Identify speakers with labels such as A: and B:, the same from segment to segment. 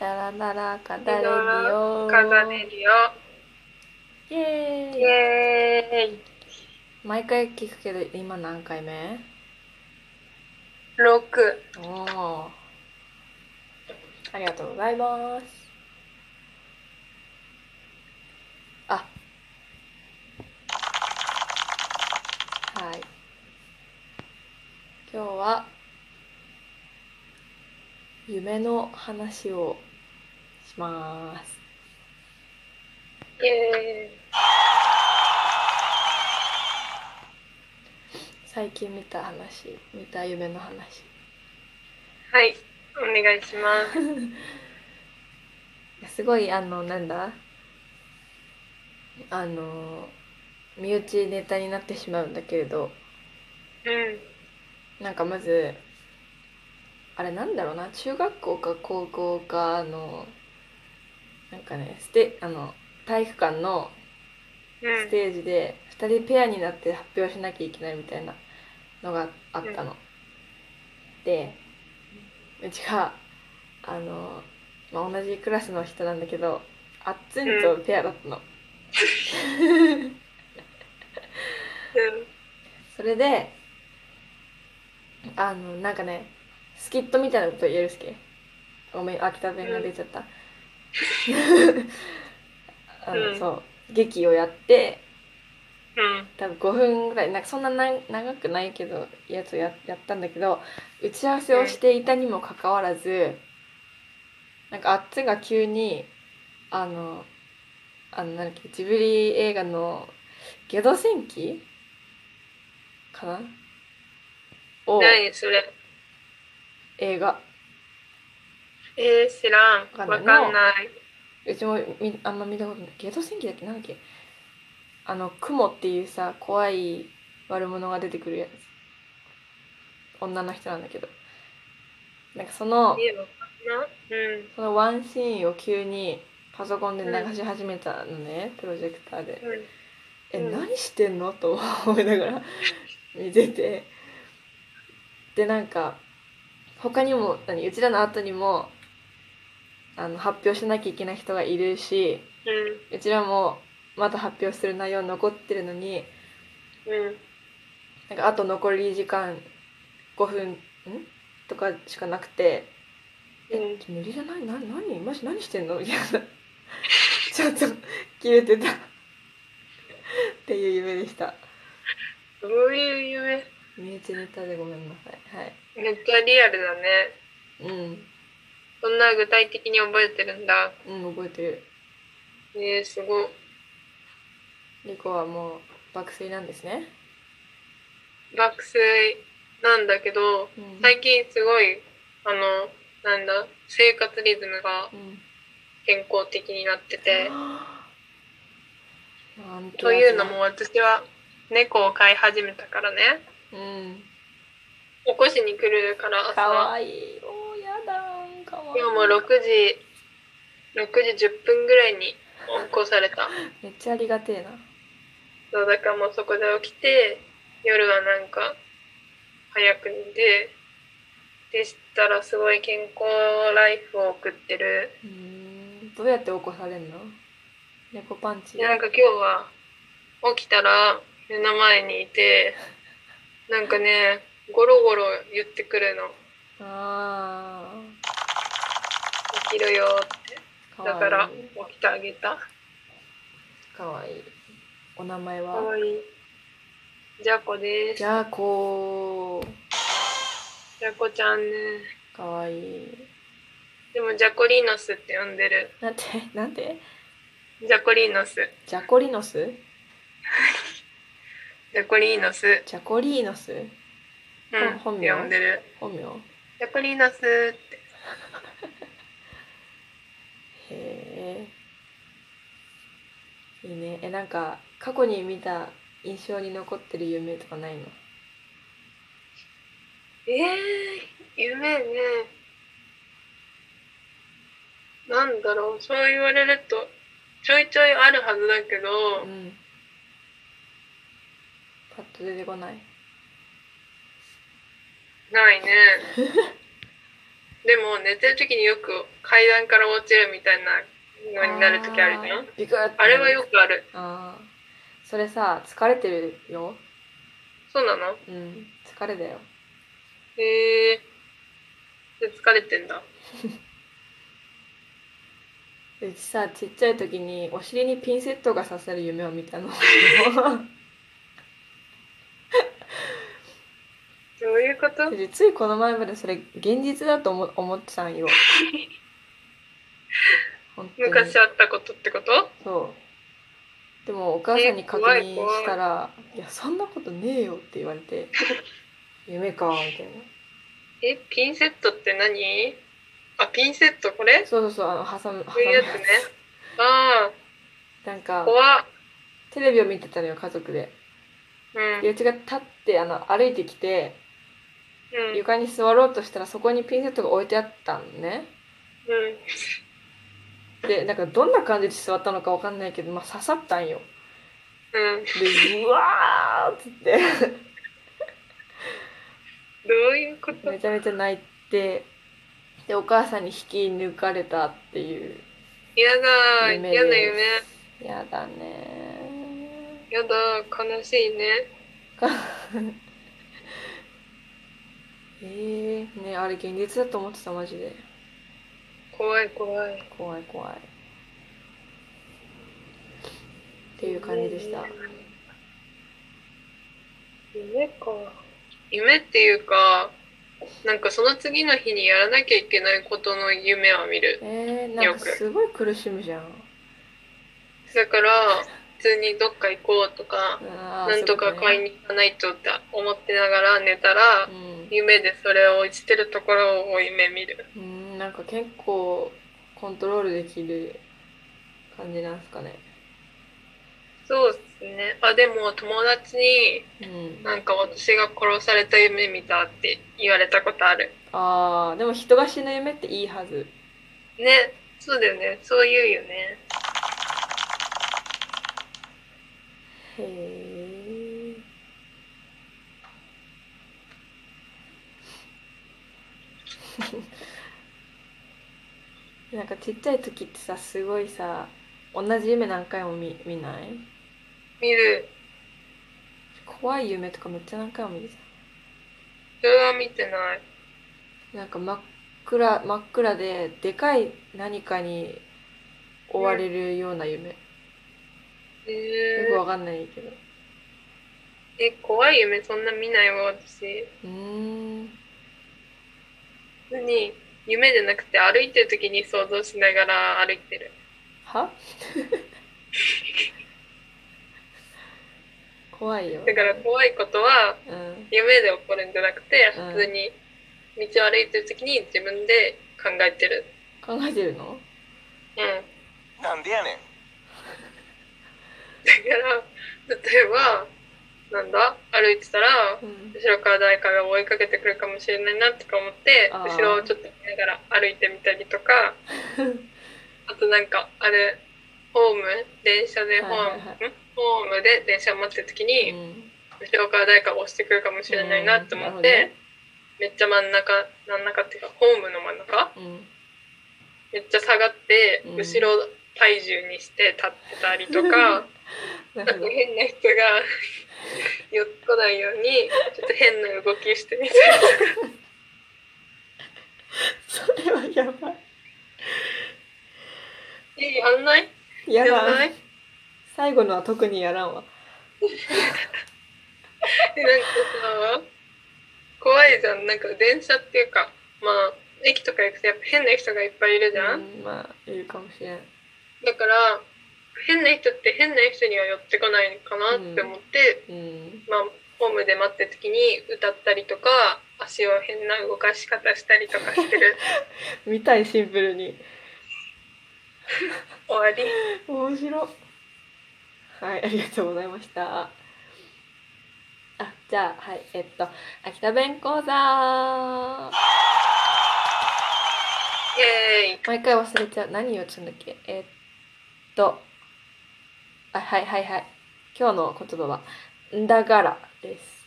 A: ならかだれりよ。
B: かがねるよ。
A: イエ
B: イ
A: ーイ。
B: エーイ。
A: 毎回聞くけど、今何回目
B: 六。
A: おお。ありがとうございます。あ。はい。今日は。夢の話を。します。
B: イエ
A: 最近見た話、見た夢の話。
B: ーイ。はい。お願いします。
A: すごいあのなんだあの身内ネタになってしまうんだけれど
B: うん。
A: なんかまずあれなんだろうな中学校か高校かあのなんかねステあの体育館の
B: う
A: ス
B: ん。
A: テージで2人ペアになって発表しなきゃいけないみたいなのがあったの。でうちがあの、まあ、同じクラスの人なんだけどあっつんとペアだったの。それであのなんかねスキットみたいなこと言えるすけごめん秋田弁が出ちゃった。 あの
B: うん
A: そう劇をやって
B: うん。
A: 多分5分ぐらいなんかそんなな長くないけどやつをややったんだけど打ち合わせをしていたにもかかわらずなんかあっつが急にあのあのなんだっけジブリ映画の「ゲド戦記」かな
B: う
A: を
B: ん。何それ。
A: 映画
B: えー、知らん。わ
A: わかん
B: かん
A: ない
B: ない。
A: うちもみあんま見たことないゲド戦記だっけなんだっけあの雲っていうさ怖い悪者が出てくるやつ女の人なんだけどなんかその
B: え、わかんない。うん。
A: そのワンシーンを急にパソコンで流し始めたのね、プロジェクターで
B: うん。
A: え、
B: うん
A: 何してんのと思いながら 見ててでなんか他にも何うちらの後にもあの発表しなきゃいけない人がいるし
B: うん。
A: うちらもまだ発表する内容残ってるのに
B: うん。
A: なんかあと残り時間5分んとかしかなくて「
B: う
A: え
B: ん
A: 無理じゃないな何マジ何してんの?」みたいな ちょっと切れてたっていう夢でした
B: どういう夢
A: 身内ネタでごめんなさいはい
B: めっちゃリアルだね。
A: うん、
B: そんな具体的に覚えてるんだ。
A: うん、覚えてる
B: えー、すごい。
A: リコはもう爆睡なんですね、
B: 爆睡なんだけど、
A: うん、
B: 最近すごい、あの、なんだ、生活リズムが
A: うん
B: 健康的になってて。
A: なんて
B: というのも私は猫を飼い始めたからね。
A: うん
B: 起こしに来るから
A: か
B: 朝、
A: わいいおーやだーかわいい
B: 今もう6時、6時10分ぐらいに起こされた。
A: めっちゃありがてえな
B: そう、だからもうそこで起きて、夜はなんか、早く寝て、でしたらすごい健康ライフを送ってる。
A: うーんどうやって起こされんの猫パンチ
B: で、なんか今日は、起きたら、目の前にいて、なんかね、ゴロゴロ言ってくるの。
A: あ
B: 起きるよって。
A: ーかわい
B: だ
A: い
B: から、起きてあげた。
A: かわいいお名前
B: か
A: は
B: わいい。じゃこです。
A: じ
B: じゃ
A: ゃあこー
B: こちゃんね。
A: かわいい
B: でも、ジャコリーノスって呼んでる。
A: なんて なんて
B: ジャコリーノス。
A: ジャコリノス
B: ジャコリーノス。
A: ジャコリーノス
B: うん、
A: 本
B: 本
A: 名
B: 名呼んでる。
A: 本名へ
B: ジャコリーナスって。
A: えいいねえなんか過去に見た印象に残ってる夢とかないの
B: ええー、夢ね。なんだろう、そう言われると、ちょいちょいあるはずだけ
A: う
B: ど、
A: んパッと出てこない
B: ないね。でも寝てる時によく階段から落ちるみたいなのになる時あるじゃん
A: ビクッて
B: あれはよくある
A: あーそれさ疲れてるよ
B: そうなの
A: うん疲れだよ
B: へえで疲れてんだ
A: うちさちっちゃい時にお尻にピンセットが刺さる夢を見たの
B: どういうこと
A: でついこの前までそれ現実だと思思ってたんよ本当に
B: 昔あったことってこと
A: そうでもお母さんに確
B: え
A: 認
B: 怖い怖い
A: したら「いやそんなことねえよ」って言われて「夢か」みたいな
B: えピンセットって何あピンセットこれ
A: そうそうそうあの挟む挟
B: こう
A: む
B: いうやつねあ
A: なん
B: あ
A: か
B: 怖っ
A: テレビを見てたのよ家族で
B: うん
A: でうちが立ってあの歩いてきて
B: うん
A: 床に座ろうとしたらそこにピンセットが置いてあったのね
B: うん
A: でなんかどんな感じで座ったのかわかんないけどまあ刺さったんよ
B: うん
A: でうわーっつって
B: どういうこと
A: めちゃめちゃ泣いてでお母さんに引き抜かれたっていう
B: 嫌だ
A: 夢
B: 嫌な
A: で
B: 夢
A: やだね
B: やだ悲しいね
A: えー、ねあれ現実だと思ってたマジで
B: 怖い怖いっ
A: 怖い怖いっていう感じでした
B: 夢か夢っていうかなんかその次の日にやらなきゃいけないことの夢は見る
A: えー、なんかすごい苦しむじゃん
B: だから普通にどっか行こうとか
A: あー
B: なんとか買い
A: そう
B: に行かないとって思ってながら寝たら
A: だね
B: 夢でそれをしてるところを夢見る
A: うん、うん、なんか結構コントロールできる感じなんすかね
B: そうですねあでも友達に
A: うん
B: なんか私が殺された夢見たって言われたことある
A: あーでも人が死ぬ夢っていいはず
B: ねそうだよねそう言うよね
A: へえ なんかちっちゃい時ってさすごいさ同じ夢何回も見見ない
B: 見る
A: 怖い夢とかめっちゃ何回も見るじ
B: それは見てない
A: ゃんなんか真っ暗真っ暗ででかい何かに追われるような夢、よ
B: え
A: くわかんないけど
B: え怖い夢そんな見ないわ私
A: うーん
B: 普通に夢じゃなくて歩いてる時に想像しながら歩いてる
A: は 怖いよ
B: だから怖いことは
A: うん
B: 夢で起こるんじゃなくて
A: うん
B: 普通に道を歩いてる時に自分で考えてる
A: 考えてるの
B: うん
C: También. eh.
B: だから例えばなんだ歩いてたら
A: うん
B: 後ろから誰かが追いかけてくるかもしれないなとか思って
A: あー
B: 後ろをちょっと見ながら歩いてみたりと かあとなんかあれホーム電車でホーム、
A: はいはいはい
B: んホームで電車を待ってる時に、
A: うん
B: 後ろから誰かが押してくるかもしれないなと思
A: う
B: っ
A: ん
B: て、
A: なる
B: めっちゃ真ん中真ん中っていうかホームの真ん中
A: うん
B: めっちゃ下がって、
A: うん
B: 後ろ体重にして立ってたりとか。
A: な
B: なん
A: るほ
B: か
A: ど
B: 変な人が 寄ってこないようにちょっと変な動きしてみた
A: それはやば
B: りえやんない
A: いや
B: やん
A: ば
B: ない
A: い最後のは特にやらんわ
B: でなんかさ怖いじゃんなんか電車っていうかまあ駅とか行くとやっぱ変な人がいっぱいいるじゃん、
A: うんまあいるかもしれん
B: だから変な人って変な人には寄ってこないかなって思って、
A: うん
B: まあホームで待ってる時に歌ったりとか足を変な動かし方したりとかして る
A: 見たいシンプルに
B: 終わり
A: 面白はいありがとうございましたあじゃあはいえっと秋田弁講座
B: イエーイ
A: 毎回忘れちゃう何言おうとしたんだっけえーっとあはいはいはい今日の言葉は「んだから」です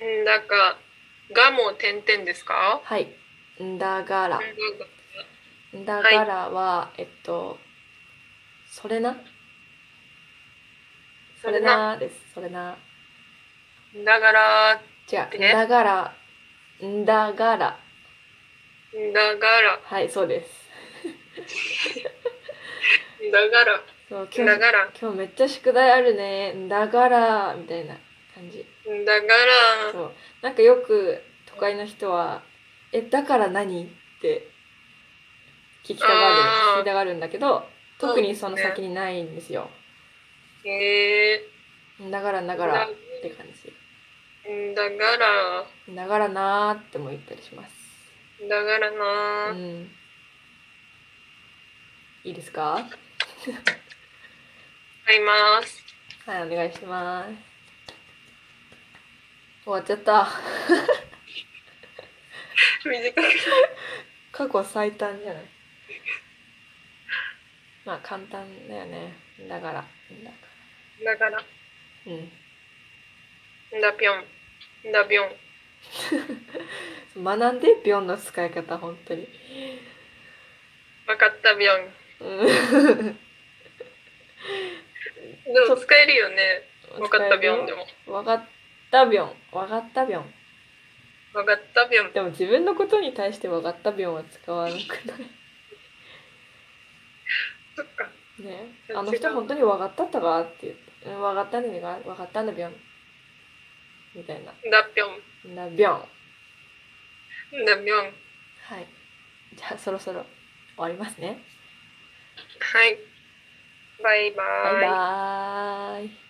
B: うんなんか「が」も点々ですか
A: はいんだがら
B: うんうん
A: んだがらは、えっとそれなそ
B: そ
A: れ
B: れな。
A: なですそれな
B: だから、
A: 違う、
B: ね
A: んだがらんだがら
B: だから、
A: はいそうです
B: だから、
A: そう今
B: だ
A: 日
B: から、
A: 今日めっちゃ宿題あるねんだがらみたいな感じ
B: だから、
A: そうなんかよく都会の人は「えだから何?」って聞きたがる
B: あー
A: 聞きたがるんだけど特にその
B: そうです
A: 先にないんですよ
B: え
A: だからだ
B: ー、
A: からって感じ
B: だから、
A: だからなーっても言ったりします
B: だから
A: う
B: な、
A: んいいですか
B: 買います。
A: はいお願いします終わっちゃった
B: 短く。
A: 過去最短じゃ ないまあ簡単だよねだからだか
B: だから、
A: らうん
B: だぴょん、だぴょん。
A: 学んでビョンの使い方本当に
B: わかったぴょん。
A: うん
B: でも使えるよね。わかったぴょんで
A: も
B: も。
A: 分かったビョンわかったビョン
B: わかったぴょん。
A: でも自分のことに対してわかったビョンは使わなくな
B: そっか。
A: いね
B: 違う
A: あの人本当にわかったったかって言ってうんわかったんだがわかったんだビョンみたいな
B: だぴょん、
A: なビョン
B: だぴょん。
A: はいじゃあそろそろ終わりますね
B: はい。バイバ
A: バイ
B: イ。
A: バーイ